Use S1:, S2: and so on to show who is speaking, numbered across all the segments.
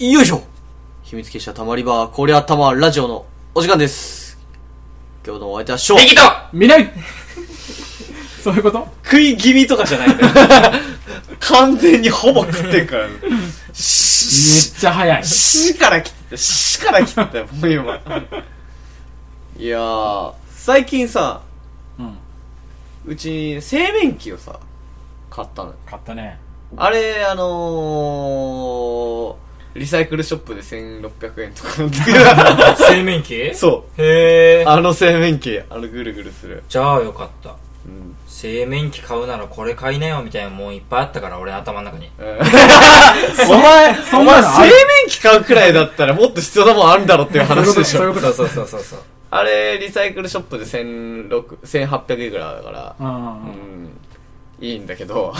S1: よいしょ秘密結社たまり場、こりゃたまラジオのお時間です。今日のお相手はショー。
S2: 右と
S3: 見ない そういうこと
S1: 食い気味とかじゃ ないんだよ。完全にほぼ食ってるから、ね。
S3: め
S1: し、
S3: っちゃ 早い。
S1: しから来てた、しから来てたよ、もう今。いやー、最近さ、
S3: うん。
S1: うちに製麺機をさ、買ったのよ。
S3: 買ったね。
S1: あれ、あのー、リサイクルショップで1600円とかなんだけ
S2: 製麺機
S1: どそう。
S2: へえ。
S1: あの製麺機、あのぐるぐるする。
S2: じゃあよかった。
S1: うん。
S2: 製麺機買うならこれ買いなよみたいなもんいっぱいあったから俺頭の中に。
S1: お前、
S3: そ
S1: お
S3: ん
S1: 前
S3: なのあ
S1: 製
S3: る
S1: 麺機買うくらいだったらもっと必要なもんあるんだろっていう話でし
S3: そうい
S1: ょ。
S3: うこと
S2: そうそうそうそ うそう。
S1: あれ、リサイクルショップで1600 1800円くらいだから
S3: う、。
S1: うんん、いいんだけど、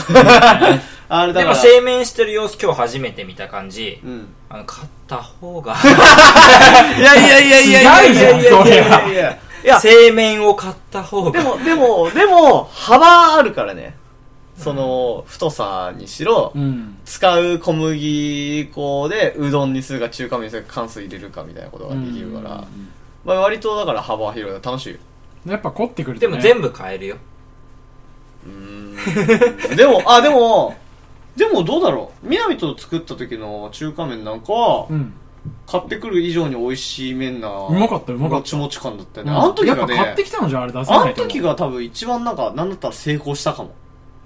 S1: あれだ
S2: で
S1: か
S2: も
S1: ら、
S2: 製麺してる様子今日初めて見た感じ。
S1: うん。
S2: あの、買った方が、
S1: いやいやいやいや
S3: 違うじゃんそれはい
S1: や いや、
S2: 製麺を買った方
S1: で
S2: が。
S1: も、でも、でも、幅あるからね。その、太さにしろ、
S3: うん。
S1: 使う小麦粉でうどんにするか中華麺にするか関数入れるかみたいなことができるから、まあ、割とだから幅広いから楽しいよ
S3: やっぱ凝ってくる
S2: で
S3: と
S2: も
S3: ね
S2: 全部買えるよ。
S1: でもあでもでもどうだろう南と作った時の中華麺なんかは
S3: うん。
S1: 買ってくる以上に美味しい麺な
S3: うまかったうまかった
S1: もちもち感だったよね、
S3: うん
S1: あの時
S3: やっ
S1: が
S3: ぱ
S1: ね
S3: 買ってきたのじゃんあれ出さ
S1: あ
S3: な
S1: の
S3: いと。
S1: 時が多分一番なんかなんだったら成功したかも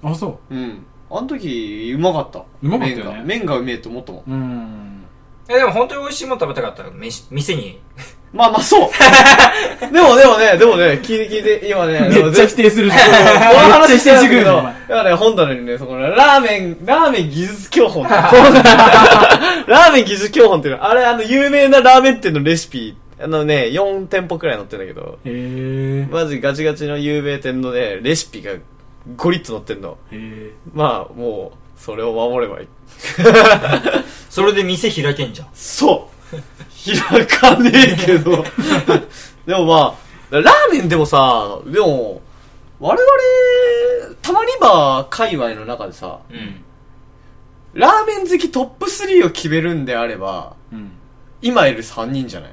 S3: あ、そ
S1: うんあの時うまかった
S3: うまかったよね
S1: 麺が麺がうめえと思ったもん
S3: う。うん。
S2: え、でも本当に美味しいもん食べたかったら、飯店に。
S1: まあまあそう でもでもねでもね聞いて聞いて今ね
S3: めっちゃ否定す るじゃ
S1: こ
S3: ん。
S1: の
S3: め
S1: 話
S3: っ
S1: し
S3: ち
S1: て
S3: ゃ
S1: る
S3: 否定
S1: け
S3: してくる
S1: ど、
S3: の。お
S1: だ
S3: 前
S1: からね、本棚にね、そこのラーメン、ラーメン技術教 本っていうラーメン技術教本っていうの、あれ、あの、有名なラーメン店のレシピ、あのね、4店舗くらい載ってんだけど、
S3: へえ。
S1: マジガチガチの有名店のね、レシピがゴリッと載ってんの。
S3: へえ。
S1: まあ、もう、それを守ればいい。
S2: それで店開けんじゃん。
S1: そう開かねえけ ど。でもまあ、ラーメンでもさ、でも、我々、たまにば、界隈の中でさ、
S2: うん。
S1: ラーメン好きトップ3を決めるんであれば、
S3: うん。
S1: 今いる3人じゃない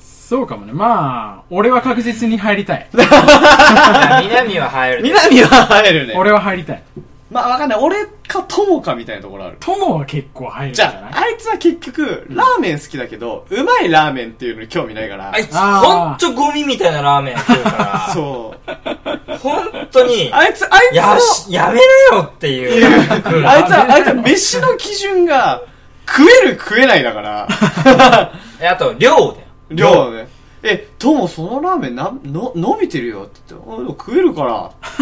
S3: そうかもね。まあ、俺は確実に入りたい。
S2: 南は入るね。
S1: 南は入るね。
S3: 俺は入りたい。
S1: まあわかんない。俺か友かみたいなところある。
S3: 友は結構入るん
S1: じ
S3: じゃ
S1: ゃ
S3: な
S1: あ、
S3: い
S1: あいつは結局、ラーメン好きだけど、うまいラーメンっていうのに興味ないから
S2: あ。いつ、ほ
S3: あ
S2: ん
S3: ー
S2: とゴミみたいなラーメン食うか
S1: そう。
S2: ら、ほんとに、
S1: あいつ、あいつの、
S2: やし、やめなよっていう。うん
S1: あいつは、あいつは飯の基準が、食える食えないだ から、
S2: えあと、量だよ。
S1: 量ね。え、友そのラーメンな、の、伸びてるよって言って、あでも食えるか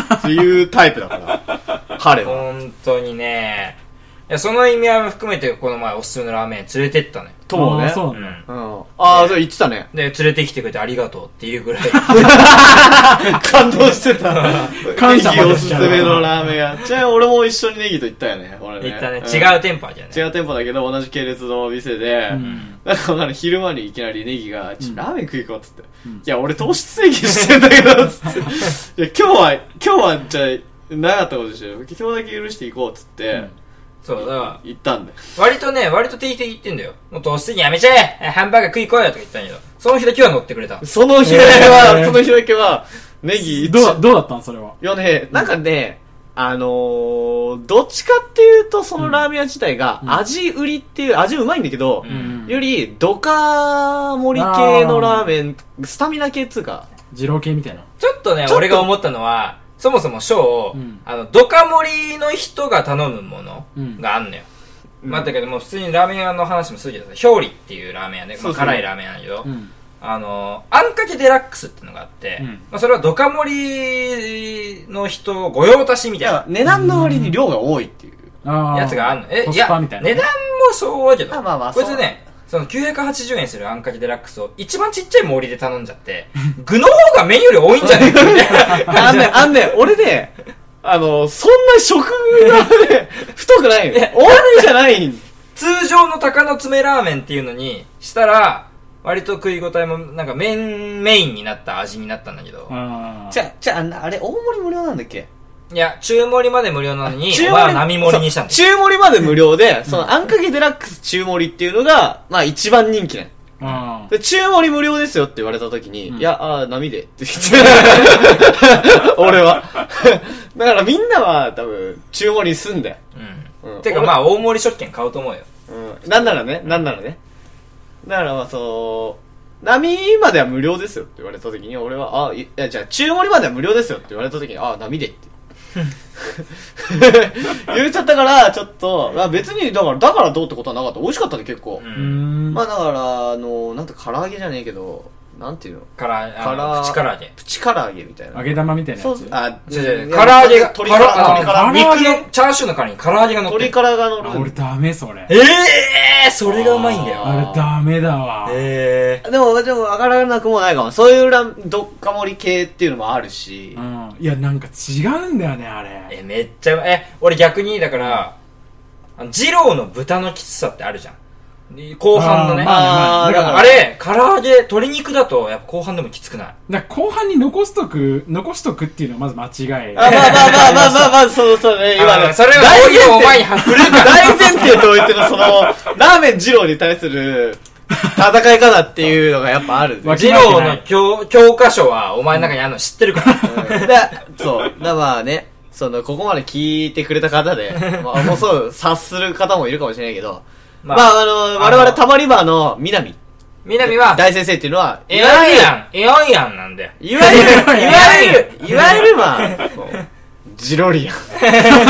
S1: ら、っていうタイプだから。彼は。
S2: 本当にね。いや、その意味合いも含めて、この前おすすめのラーメン連れてったのよ。
S1: 友
S3: あ
S1: ね
S3: ー。そう
S2: う
S3: なんだ。
S2: ん。
S1: うん。ああ、それ言ってた ね。
S2: で、連れてきてくれてありがとうっていうぐらい。
S1: 感動してた。
S3: 感謝
S1: ネギ
S3: ま
S1: お
S3: です
S1: す
S3: しちゃう
S1: めのラーメン屋。ちなみに俺も一緒にネギと行ったよね。俺ね。
S2: 行ったね。
S1: う
S2: 違う店舗じゃね。
S1: ん。違う店舗だけど同じ系列のお店で、
S3: うん
S1: なんかなんか昼間にいきなりネギが、ちょラーメン食い行こうっつって。
S3: ん
S1: いや、俺糖質制限してんだけど、つって。いや、今日は、今日は、じゃあなかったことして、今日だけ許していこうっつって、
S3: ん
S2: そう、だから、
S1: 行ったんだよ。
S2: 割とね、割と定期的に言ってんだよ。もっとおすすめやめちゃえハンバーガー食いこうよとか言ったんだけど、その日だけは乗ってくれた。
S1: その日だけは、
S3: えー
S1: その日だけは、ネギ一
S3: どう、どうだったのそれは。
S1: いやね、なんかね、あのー、どっちかっていうと、そのラーメン屋自体が、
S3: ん
S1: 味売りっていう、味うまいんだけど、
S2: うん
S1: より、ドカ盛り系のラーメン、スタミナ系っつうか、
S3: 二郎系みたいな。
S2: ちょっとね、
S1: と
S2: 俺が思ったのは、そもそもショーを、
S3: うん
S2: あの、ドカ盛りの人が頼むもの
S3: うん
S2: があんのよ。
S1: うん
S2: まあ、だけどもう普通にラーメン屋の話もするけどさ、表裏っていうラーメン屋で、
S1: そ
S2: ま
S1: う
S2: あ、
S1: そう
S2: 辛いラーメン屋なんだけど、
S3: うん。
S2: あの、あんかけデラックスっていうのがあって、
S3: うん
S2: まあ、それはドカ盛りの人を御用達み
S1: い
S2: たい
S1: や
S2: な、
S1: 値段の割に量が多いっていう。
S3: ああ。
S2: やつがあるの。え、
S3: コ
S2: い
S3: ス
S2: や、
S3: パみたいな。
S2: 値段もそうだけど、
S1: まあまあまあ
S2: こいつ
S1: そう
S2: ね、その980円するあんかけデラックスを一番ちっちゃい盛りで頼んじ ゃって、具の方が麺より多いんじゃねえかみたいな
S1: あ
S2: 感
S1: ん
S2: じ
S1: ね
S2: で、。
S1: あんね、俺ね、あの、そんな食がね、太くないの
S2: いや
S1: 俺じゃないん
S2: 通常の鷹の爪ラーメンっていうのにしたら、割と食い応えも、なんか麺メインになった味になったんだけど、
S3: ああ。
S1: じゃ、じゃあ、あれ、大盛り無料なんだっけ
S2: いや、中盛りまで無料なのに、
S1: 中盛り
S2: お前は並盛りにしたんだよ。
S1: そう中盛りまで無料で、その、あんかけデラックス中盛りっていうのが、まあ一番人気ね。
S3: あ
S1: で、中盛り無料ですよって言われた時に、
S3: うん
S1: いや、あー波で って言って、俺は。 だからみんなは多分、中盛りにすんだよ。
S2: う。
S1: うんん
S2: てかまあ、大盛り食券買うと思うよ。
S1: うん。なんならね、なんならね。だからまあそう、波までは無料ですよって言われた時に、俺は、あー、いいや、じゃあ中盛りまでは無料ですよって言われた時に、あー、波でって。言っちゃったから、ちょっと、まあ、別に、だから、だからどうってことはなかった。美味しかったね、結構
S2: う。。
S3: ーうんん
S1: まあだから、あの、なんて唐揚げじゃねえけど、なんていうの
S2: から、
S1: か
S2: あ
S1: ら
S2: の、口から揚げ。
S1: プチ唐揚げみたいな。
S3: 揚げ玉みたいな
S1: そ
S3: や
S1: う
S3: つ、
S1: あ、
S2: じゃじゃ唐揚げが、
S1: 鶏
S2: 唐
S1: か
S2: 揚
S1: ら、
S2: げ
S1: あ
S3: 唐揚げ
S2: 肉のチャーシューの代わりに唐揚げが乗って
S1: 鶏
S2: る。
S1: からがの
S3: あ
S1: ル
S3: 俺
S1: ー
S3: ダメそれ
S2: えーそれがうまいんだよ。
S3: あれダメだわ
S2: え
S1: ル。でも、でも、わからなくもないかも。そういうラン、どっか盛り系っていうのもあるし
S3: う。んいやなんか違うんだよねあ
S2: ー
S3: れ
S2: え、めっちゃ、え、俺逆に、だから、あの二郎の豚のきつさってあるじゃん。で後半のね。
S3: まあまあ
S1: あー
S3: だから
S2: あれ、唐揚げ、鶏肉だと、やっぱ後半でもきつくない。
S3: だから後半に残しとく残しとくっていうのはまず間違い
S1: あ、まあまあまあまあまあまあ、そうそうね、今
S2: あー
S1: ね。
S2: それは
S1: 大前
S2: 大丈
S1: 提
S2: 夫、お前に発するから。
S1: 大前提と言っての、その、ラーメン二郎に対する戦い方っていうのがやっぱあるね。
S3: わ
S2: 二郎の教教科書は、お前の中にあるの知ってるから。
S1: で、そう。だまあね、その、ここまで聞いてくれた方 で、まあ、もうそう、察する方もいるかもしれないけど、ま
S2: ま
S1: あ、
S2: あ、
S1: あ、の、我々たまり場の南
S2: 南は、
S1: 大先生っていうのは、
S2: エアイアン、エアイアンなんだよ。
S1: いわゆる、いわゆる、
S2: いわゆる
S1: いわゆるまあ、こうジロリアン。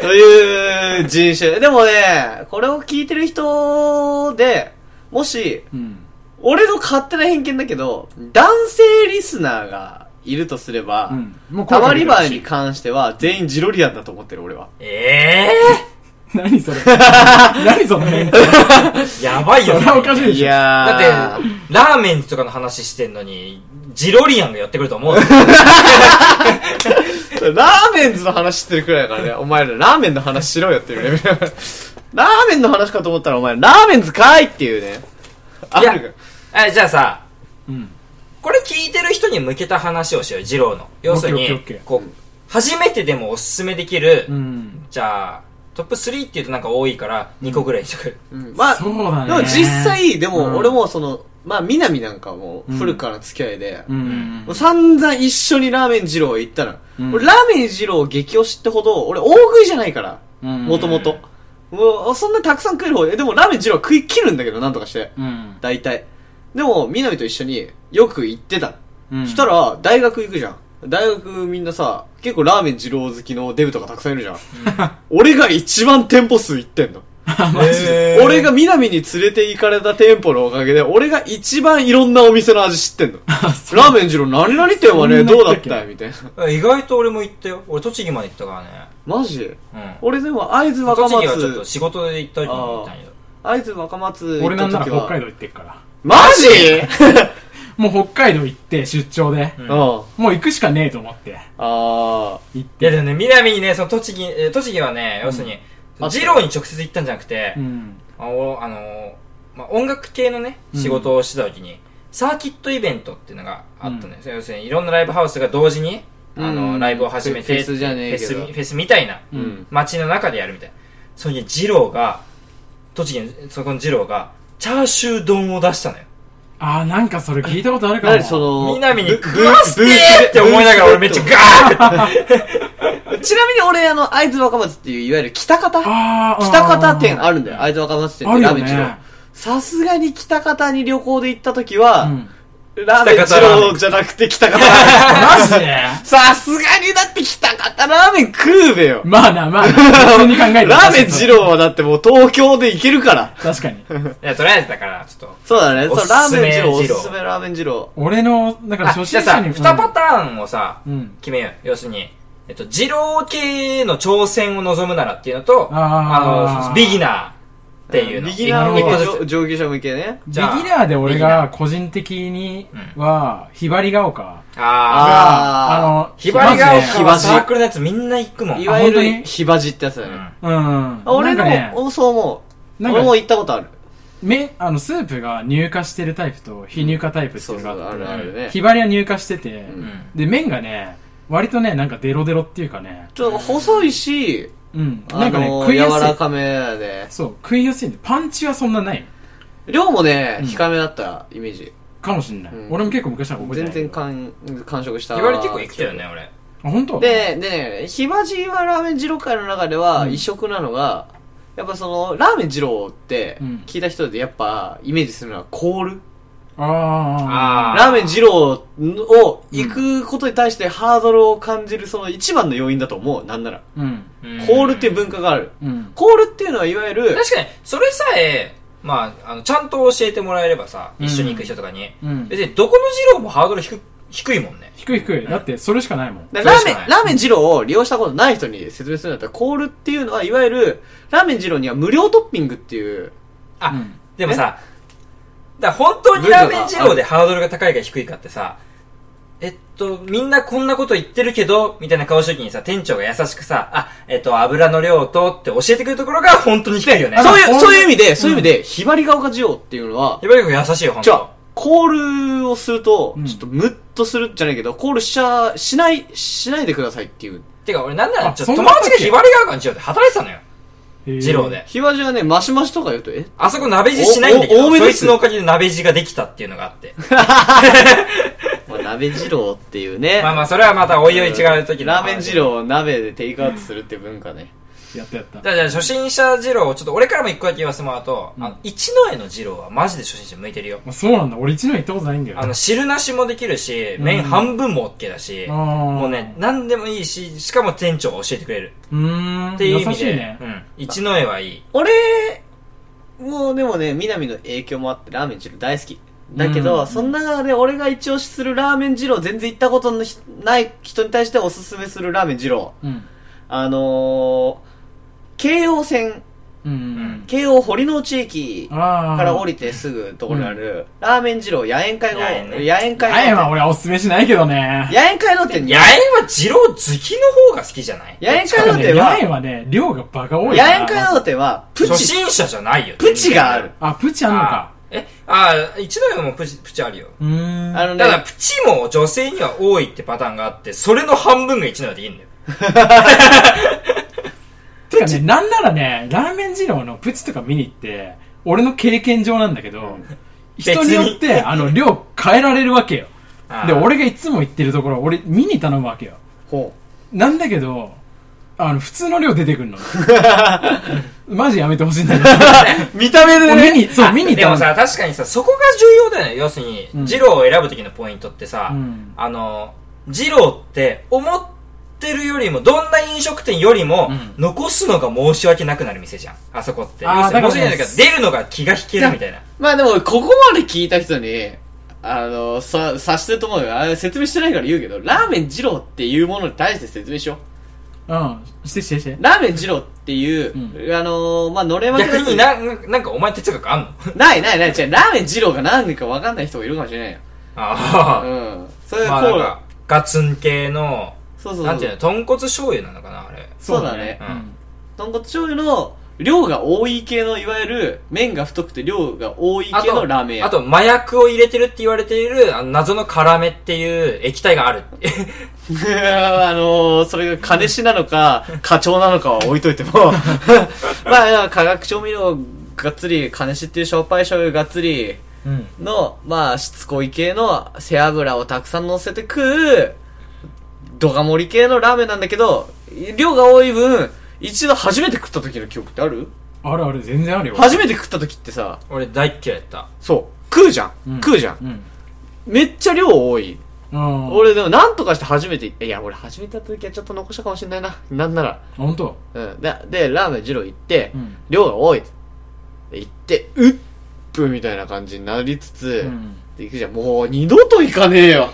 S1: という人種。でもね、これを聞いてる人で、もし、
S3: うん
S1: 俺の勝手な偏見だけど、男性リスナーがいるとすれば、
S3: うんもう
S1: た
S3: 声
S1: ま
S3: かけ
S1: りバ
S3: てほしい
S1: ーに関しては全員ジロリアンだと思ってる俺は。
S2: え
S3: 何それ何その変態
S2: えやばい
S3: そ
S2: よ
S3: れ。はおかしいで
S1: い
S3: しょ
S1: やー。
S2: だって、ラーメンとかの話してんのに、ジロリアンがやってくると思う。
S1: ラーメンズの話してるくらいだからね、お前らラーメンの話しろよっていうレベル。 ラーメンの話かと思ったらお前ラーメンズかいっていうね。ある
S2: え、じゃあさ、
S3: うん
S2: これ聞いてる人に向けた話をしよう、ジローの。要する
S3: オッケーオ
S2: に
S3: ッケーオッケー、
S2: こう、初めてでもおすすめできる、
S3: うん
S2: じゃあ、トップ3って言うとなんか多いから、2個ぐらいにしとく。
S1: うんまあ、
S3: そうだ
S1: で
S3: ね
S1: も実際、で
S3: うん
S1: も俺もその、まあ、南なんかも古くからの付き合いで、
S3: う
S2: うん
S3: ん
S1: もう散々一緒にラーメン二郎へ行ったの。
S3: うん
S1: 俺ラーメン二郎激推しってほど、俺大食いじゃないから、
S3: うん
S1: もともと。もうそんなたくさん食える方、えでもラーメン二郎は食い切るんだけど、なんとかして。
S3: うん
S1: 大体。でも、南と一緒によく行ってた。
S3: うん
S1: したら、大学行くじゃん。大学みんなさ、結構ラーメン二郎好きのデブとかたくさんいるじゃん。俺が一番店舗数行ってんの。
S2: マジで
S1: 俺が南に連れて行かれた店舗のおかげで、俺が一番いろんなお店の味知ってんの。ラーメン二郎何々店は
S3: そ
S1: ね、
S3: んな
S1: ど
S3: こ
S1: う
S3: と
S1: だ
S3: だ
S1: っ
S3: っけ
S1: たよみたいな。
S2: 意外と俺も行ったよ。俺栃木まで行ったからね。
S1: マジ
S2: うん。
S1: 俺でも会津若
S2: 栃木はちょっと
S1: 松、
S2: 仕事で行った時に行ったんよ。
S1: 会津若松行
S3: 俺
S1: っ
S3: な
S1: た
S3: んなら
S1: 時は。
S3: 北海道行ってるから
S1: マジ
S3: もう北海道行って出張で
S2: う
S1: うんん。あ
S3: もう行くしかねえと思って
S1: あ
S3: 行っ
S2: い
S3: て
S2: やでもね、南にね、その栃木、えー栃木はね、要するに、
S1: あ
S2: 二郎に直接行ったんじゃなくて、
S3: うん
S2: あおあのーまあ、音楽系のね、
S3: うん
S2: 仕事をしてた時に、サーキットイベントっていうのがあったのよ。要するに、いろんなライブハウスが同時に、あの
S1: う
S2: ー、
S1: ん
S2: ライブを始めて、
S1: フェスじゃねえけど
S2: フェスみフェスみたいな、
S1: ー。うん。
S2: 街の中でやるみたいな。それに二郎が、栃木の、そこの二郎が、チャーシュー丼を出したのよ。
S3: ああなんかそれ聞いたことあるか
S1: 何
S3: も
S1: その、
S2: 南に
S1: ブ
S2: 食わせてーって思いながら俺めっちゃガーって。
S1: ちなみに俺、あの、会津若松っていう、いわゆる北方
S3: ああ
S1: 北方店あるんだよ。会津若松店っ
S3: あ
S1: て
S3: る
S1: ラー
S3: よ
S1: メン二郎
S3: ね。
S1: さすがに北方に旅行で行った時
S3: う
S1: は、
S3: ん
S1: ラーメン二郎じゃなくて北方ラーメ
S3: マジで
S1: ン。さすがにだって北方ラーメン食うべよ。
S3: まあなまあな普通に考えて
S1: ラーメン二郎はだってもう東京で行けるから。
S3: 確かに
S2: いや、とりあえずだから、ちょっと。
S1: そうだね。そう、
S2: おす
S1: ラー
S2: すめ
S1: メン二郎、お
S2: 二郎
S1: すすめラーメン二郎。
S3: 俺のだから
S2: あ
S3: 初
S2: じゃ
S3: 心
S2: あ
S3: 者
S2: さ、
S3: に
S2: 2パターンをさ、
S3: うん
S2: 決めよう。要するに、えっと、二郎系の挑戦を望むならっていうのと、
S3: あー
S2: の、ビギナーっていうの。
S1: 右側
S2: 一個ず
S1: の
S2: つ。
S1: 上級者向けね。
S3: ビギ
S2: じゃあ
S3: ナーで俺が個人的にはひばりが丘
S2: あ
S1: あ
S2: あ。
S1: あ
S3: あの
S2: ひばりが丘
S1: ひ
S2: は
S1: ばじ
S2: サークルのやつみんな行くもん。
S1: いわゆ
S3: あ本当
S1: る、
S3: に
S1: ひばじってやつだよ
S2: う
S1: ね。
S2: ん
S3: うん
S1: あ俺
S3: なんかね
S1: の、そう思う。
S3: なんか
S1: 俺も行ったことある。
S3: めあのスープが乳化してるタイプと非乳化タイプってい
S1: そうう
S3: の
S1: そう、
S3: があ
S1: あ
S3: っ
S1: るある
S3: て
S1: ね。
S3: ひばりは乳化してて
S2: ん
S3: で麺がね割とね、なんかデロデロっていうかね。
S1: ちょっと細いし、
S3: うん。
S1: あ
S3: なんかね、
S1: の
S3: 食い
S1: 柔
S3: やす
S1: ら
S3: い。
S1: かめで。
S3: そう、食いやすいんで、パンチはそんなない
S1: 量もね、
S3: うん
S1: 控えめだったイメージ。
S3: かもしんない。
S1: うん
S3: 俺も結構昔なんか覚
S1: 全
S3: えてない。
S1: 然完完食した。
S2: 言われ結構生きてるね、俺。
S3: あ、本当。
S1: で、でね、ひまじはラーメン二郎会の中では
S3: うん
S1: 異色なのが、やっぱその、ラーメン二郎って
S3: うん、
S1: 聞いた人でやっぱ、イメージするのはコール
S3: ああ。
S2: あ
S1: ラーメン二郎を行くことに対してハードルを感じるその一番の要因だと思う、なんなら。
S3: うん。
S2: ン
S1: コールっていう文化がある。
S3: うん。
S1: コールっていうのはいわゆる、
S2: 確かに、それさえ、まあ、あの、ちゃんと教えてもらえればさ、
S3: うん
S2: 一緒に行く人とかに。
S3: うん。
S2: 別に、どこの二郎もハードル低く低いもんね。
S3: 低い低い。だって、それしかないもん。
S1: だからラーメン
S2: そうで、す
S1: ラーメン二郎を利用したことない人に説明するんだったら、コールっていうのは、いわゆる、ラーメン二郎には無料トッピングっていう、
S2: あ、
S3: うん
S2: でもさ、だから本当にラーメン二郎でハードルが高いか低いかってさ、えっと、みんなこんなこと言ってるけど、みたいな顔した時にさ、店長が優しくさ、あ、えっと、油の量とって教えてくるところが本当に低いよね。
S3: あ
S1: そうい
S3: コー
S1: う、
S3: ル
S1: そういう意味で、そういう意味で、ひばりが丘二郎っていうのは、
S2: やっぱり結構優しいよ、本
S1: じゃあ
S2: 当。、
S1: コールをすると
S3: うん、
S1: ちょっとムッとするじゃないけど、コールしちゃ、しない、しないでくださいっていう。
S2: てか、俺なんなら、
S3: あ
S2: ちょっ
S3: そ
S2: と
S3: んな
S2: 友
S3: こと
S2: 達がひばりが丘の二郎で働いてたのよ。
S3: へー
S2: 二郎。で。
S1: ひばじはね、マシマシとか言うと、え
S2: あそこ鍋地しないんだけ
S1: おお
S2: ど、
S1: 多め
S2: そ
S1: で
S2: い
S1: す
S2: つのおかげで鍋地ができたっていうのがあって。
S1: まあ、鍋二郎っていうね。
S2: まあまあ、それはまたおいおい違う時の
S1: ラ
S2: 話
S1: ーメン二郎を鍋でテイクアウトするっていう文化ね。
S3: やったやった
S2: じ。ゃあじゃあ初心者二郎をちょっと俺からも一個だけ言わせてもらうと、あの、一の江の二郎はマジで初心者向いてるよ。
S3: あそうなんだ。俺一年行ったことないんだよ。
S2: あの、汁なしもできるし、麺半分も OK だし、
S3: あー
S2: もうね、何でもいいし、しかも店長が教えてくれる。
S3: うーん。
S2: っていう意味で、
S3: 優しいね
S2: う。ん。一の江はいい。
S1: 俺、もうでもね、南の影響もあってラーメン二郎大好き。だけ
S3: う
S1: ど、
S3: ん
S1: その中で俺が一押しするラーメン二郎、全然行ったことのひない人に対しておすすめするラーメン二郎。
S3: うん。
S1: あのー、京王線、
S3: うん。
S2: ん
S1: 京王堀之内駅
S3: ああ。
S1: から降りてすぐところにある、ラーメン二郎野宴会の、
S2: 野宴ね
S1: 野宴
S3: あえ
S1: 会
S3: は
S1: の、
S3: 俺はおすすめしないけどね。
S1: 野宴会の店に、
S2: 野
S1: 野
S2: 縁は二郎好きの方が好きじゃない
S1: 宴
S3: しか
S1: 会
S3: も
S1: の
S3: ね、
S1: 店は
S3: 八重、はね、量がバカ多い
S1: 野
S3: から。
S1: 宴会の店は、プ
S2: 初
S1: チ、
S2: 心者じゃないよ。
S1: プチがある。
S3: あ、プチあんの
S2: あ
S3: か。
S2: ーえあー、一の江もプチ、プチあるよ。
S3: うーん。
S1: あのね
S2: た、だ、プチも女性には多いってパターンがあって、それの半分が1なのでいいんだよ。
S3: てかね、なんならね、ラーメン二郎のプチとか見に行って、俺の経験上なんだけど、人によっ
S2: 別
S3: て、あの、量変えられるわけよ。
S2: あー
S3: で、俺がいつも行ってるところ、俺見に頼むわけよ。
S1: ほ
S3: なんだけど、あの、普通の量出てくるの。マジやめてほしいんだけ
S1: う 見た目
S3: ど。
S1: で
S3: 俺
S1: ね、
S3: 見に、そう、見に
S2: で
S3: 頼
S2: も
S3: む。
S2: さ、確かにさ、そこが重要だよね。要するに、
S3: うん
S2: ジローを選ぶ時のポイントってさ、
S3: うん
S2: あの、ジローって思ってるよりも、どんな飲食店よりも、
S3: うん
S2: 残すのが申し訳なくなる店じゃん。あそこって。
S3: あー
S2: 要す
S3: だからね
S2: るに申し訳ないけど、出るのが気が引けるみたいな。
S1: まあでも、ここまで聞いた人に、あの、さ、察してると思うよ。あれ説明してないから言うけど、ラーメン二郎っていうものに対して説明しよ
S3: うん。してしてして
S1: う。。ラーメン二郎っていう、あのー、まあ、のれまけ
S2: 逆
S1: だと
S2: にな、なんかお前哲学あんの
S1: ないないない、違う、ラーメン二郎が何か分かんない人がいるかもしれないよ。
S2: ああ。
S1: うん。それで
S2: ま
S1: コ
S2: あな
S1: ー
S2: ん
S1: ラ
S2: か、ガツン系の、
S1: そうそうそ
S2: なんていう
S1: う
S2: の、。豚骨醤油なのかな、あれ。
S1: そうだね
S2: う。
S3: うん
S2: ん。
S1: 豚骨醤油の量が多い系の、いわゆる麺が太くて量が多い
S2: あ
S1: 系
S2: と
S1: のラーメン屋。
S2: あと、麻薬を入れてるって言われている、あの謎の辛めっていう液体がある。
S1: あのー、それが金氏なのか、課長なのかは置いといても。 まあ、化学調味料がっつり、金氏っていうしょっぱい醤油がっつり
S3: うん。
S1: の、まあ、しつこい系の背脂をたくさん乗せて食う、ドガ盛り系のラーメンなんだけど、量が多い分、一度初めて食った時の記憶ってある
S3: あるある、全然あるよ。
S1: 初めて食った時ってさ、
S2: 俺大っ嫌いだった。
S1: そう、食うじゃん。
S3: うん
S1: 食うじゃん。
S3: うん。
S1: めっちゃ量多い。
S3: うん。、
S1: 俺でもなんとかして初めて行ったいや、俺初めてやった時はちょっと残したかもしれないな。なんなら。
S3: ほんと。
S1: うん。で、でラーメン二郎行って、
S3: うん
S1: 量が多い。で行って、うっぷみたいな感じになりつつ、
S3: うん。
S1: で行くじゃん。もう二度と行かねえ よ。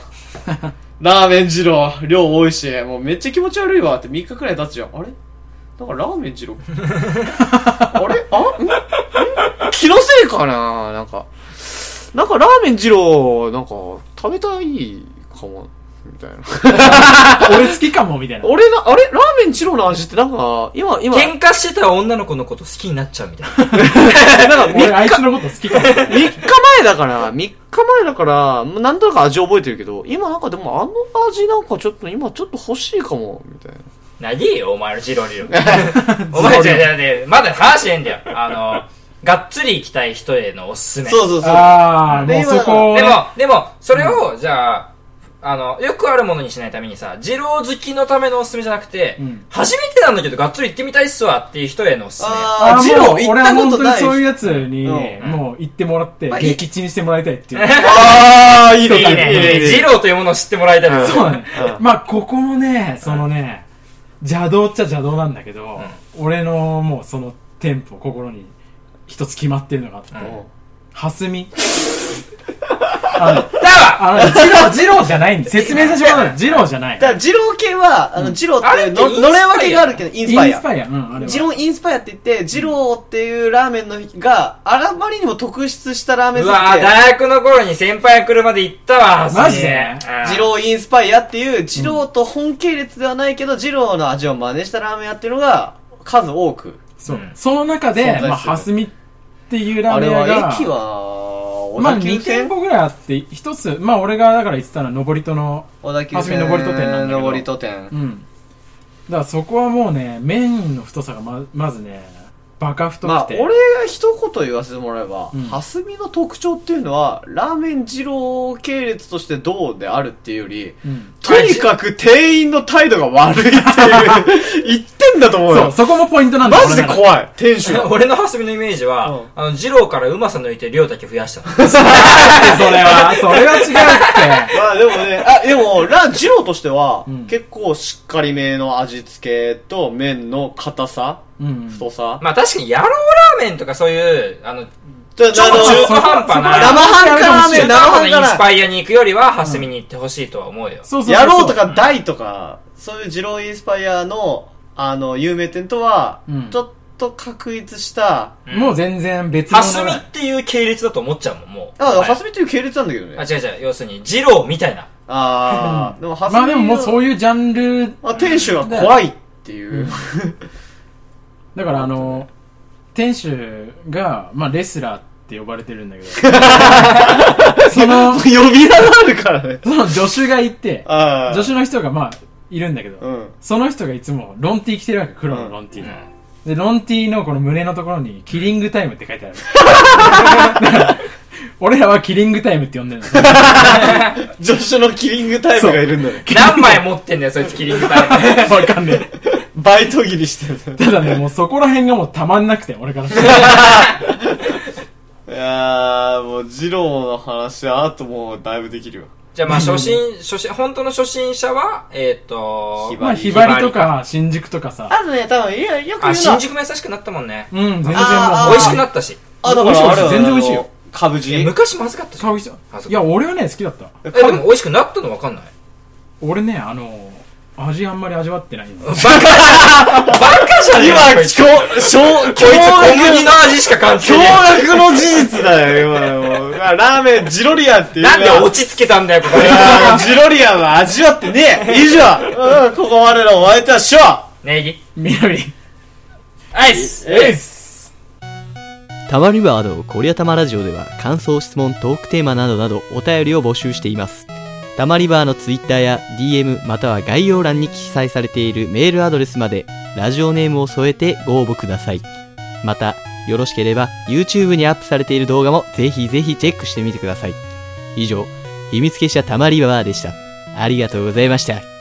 S1: ラーメン二郎、量多いし、もうめっちゃ気持ち悪いわって3日くらい経つじゃん。あれなんかラーメン二 郎。あれあんん気のせいかななんか。なんかラーメン二郎、なんか食べたいかも。みたいな。
S3: 俺好きかもみたいな
S1: 俺の、あれラーメン二郎の味ってなんか、今、今、
S2: 喧嘩してた女の子のこと好きになっちゃうみたいな。
S1: なんか
S3: 俺あいつのこと好きかも
S1: 3日前だから、3日前だから、もうなんとなく味覚えてるけど、今なんかでもあの味なんかちょっと今ちょっと欲しいかも、みたいな。
S2: 何よ、お前のジロリロ。お前、じゃじゃじゃまだ話してんだよ。あの、がっつり行きたい人へのおすすめ。
S1: うそ
S3: ああも
S1: で
S3: うそこを
S2: で
S3: ね
S2: も、でも、それを、じゃあ、あの、よくあるものにしないためにさ、二郎好きのためのおすすめじゃなくて、
S3: うん
S2: 初めてなんだけど、がっつり行ってみたいっすわっていう人へのおすすめ。
S1: あー、ジ
S3: も
S1: ロ
S3: う
S1: ー行
S3: 俺
S1: っ
S3: は
S1: たこ
S3: 本
S1: と
S3: 当に
S1: ない
S3: そういう
S1: し。
S3: やつに、
S1: うん
S3: もう行ってもらって、
S1: まあいい
S3: 撃沈してもらいたいっていう。
S1: あー、いいの
S2: いい
S1: か
S2: ね、いいね。二郎というものを知ってもらいたいです。
S3: そうなのよ
S1: う
S3: まあ、ここもね、そのね、邪道っちゃ邪道なんだけど、俺のもうそのテンポ、心に一つ決まってるのがあって
S2: う、ん
S3: 蓮見。あの、
S2: だわ
S3: あの、ジロー、ジローじゃないんで、説明させてもらうの。ジローじゃない。
S1: だから、二郎系は、あの、二郎
S2: あ
S1: っ
S2: れってて
S1: の、
S2: インスパイア
S1: のれん分けがあるけど、インスパイ
S3: イン
S1: ア
S3: ス。パイア。うん、あれ
S1: 二
S3: は。
S1: 郎インスパイアって言って、二郎っていうラーメンのが、あまりにも特筆したラーメン
S2: う
S1: 好
S2: わ
S1: き
S2: ぁ、
S1: で、
S2: 大学の頃に先輩が車で行ったわ、
S3: マジで
S2: うん
S1: 二郎インスパイアっていう、二郎と本系列ではないけど、二郎の味を真似したラーメン屋っていうのが、数多く。
S3: そう
S2: うん。
S3: その中
S1: 存在
S3: で、
S1: する
S3: まあ、蓮見っていうラ
S1: あ
S3: ーメ
S1: れ
S3: ン屋
S1: は、
S3: が、
S1: 駅は、小
S3: まあ、
S1: 田急
S3: 2店
S1: 線
S3: 舗ぐらいあって、一つ、まあ、俺がだから言ってたのは、上りとの、
S1: 小田急線
S3: 蓮見登戸店なんだけど
S1: 登戸店
S3: う。ん。だからそこはもうね、麺の太さがま、まずね、バカ太
S1: まあ
S3: く、て。
S1: 俺が一言言わせてもらえば
S3: うん、
S1: はすみの特徴っていうのは、ラーメン二郎系列としてどうであるっていうより、
S3: うん。
S1: とにかく店員の態度が悪いって いう、言ってんだと思う
S3: そう、
S1: よ。
S3: そこもポイントなんだ
S1: マジで
S3: い。
S1: 怖い、店主 が。
S2: 俺の蓮見のイメージは、
S1: うん
S2: あの、二郎からうまさ抜いて量だけ増やしたの。
S3: それは、それは違うって。
S1: まあでもね、あ、でも、ラ・ジローとしては、
S3: うん
S1: 結構しっかりめの味付けと麺の硬さ、
S3: うん。
S1: 太さ。
S2: まあ確かに、野郎ラーメンとかそういう、あの、
S1: ちょっ
S2: 超中途半端
S1: 生
S2: な、
S1: 半可な麺、
S2: 中途
S1: 生半
S2: 半端なインス
S1: 可
S2: パイアに行くよりは、蓮見に行ってほしいとは思うよ。
S3: そうそうそ
S1: な。
S3: う。
S1: 野郎とか大とか、そういうジローインスパイアの、あの、有名店とは
S3: うん、
S1: ちょっと確立した、
S2: うん
S3: もう全然別物
S2: 蓮見っていう系列だと思っちゃうもん、もう。
S1: あ、
S2: はい
S1: ハスミっていう系列なんだけど
S2: あ、
S1: ね。
S2: 違う違う、要するに、二郎みたいな。
S1: あー、でもハスミ
S3: まあでももうそう
S1: いう。
S3: いうジャンル、
S1: あ、店主が怖いっていう。
S3: だからあの、店主が、まあレスラーって呼ばれてるんだけど、その、
S1: 呼び名があるからね。
S3: その助手がいて、
S1: あー
S3: 助手の人がまあ、いるんだけど、
S1: うん。
S3: その人がいつもロンティー着てるわけ、黒のロンティーの。で、ロンティーのこの胸のところに、キリングタイムって書いてある。俺らはキリングタイムって呼んでるの。
S1: 助手のキリングタイムがいるんだね。
S2: 何枚持ってんだよ、そいつキリングタイム。
S3: わかんねえ。
S1: バイト切りしてる。
S3: ただね、もうそこら辺がもうたまんなくて、俺からしたら。
S1: いやー、もう、ジローの話、あともう、だいぶできるよ。
S2: じゃあまあ、初心、初心、本当の初心者は、えっと
S1: ひ、ば
S3: まあ、ひばりとか、新宿とかさ。
S1: あとね、多分、いや、よく言う
S2: あ、
S1: の
S2: 新
S1: は、
S2: 宿も優しくなったもんね。
S3: うん、全然もう。
S1: あー
S2: 美味しくなったし。
S1: あ、だから、あれは
S3: 美味しい美味しい全然美味しいよ。
S1: カブジ
S2: え昔まずかったじゃん。
S3: 顔し
S2: あそ
S3: た。
S2: う
S3: いや、俺はね、好きだった。
S2: え、でも美味しくなったのわかんない。
S3: 俺ね、あの、味あんまり味わって ないんだ
S2: バカバカじゃねえ
S1: 今、
S2: こ
S1: 今
S2: いつ
S1: 日、小、驚
S2: こいつ小麦
S1: 愕
S2: の
S1: の、
S2: 味しか感じて
S1: 驚
S2: ね
S1: 愕の事実だよ、今もう。ラーメン、ジロリアンってい
S2: え。
S1: う。
S2: なんで
S1: 落
S2: 落ち着けたんだよ、ここ
S1: い
S2: で。
S1: やージロリアンは味わってねえ以上うん、ここまでのお相手はショー
S2: ネギ。
S3: みなみ。
S2: アイス
S1: えいっす
S4: たまリバーのコリアタマラジオでは感想、質問、トークテーマなどなどお便りを募集しています。たまリバーのツイッターや DM または概要欄に記載されているメールアドレスまでラジオネームを添えてご応募ください。また、よろしければ YouTube にアップされている動画もぜひぜひチェックしてみてください。以上、秘密結社たまリバーでした。ありがとうございました。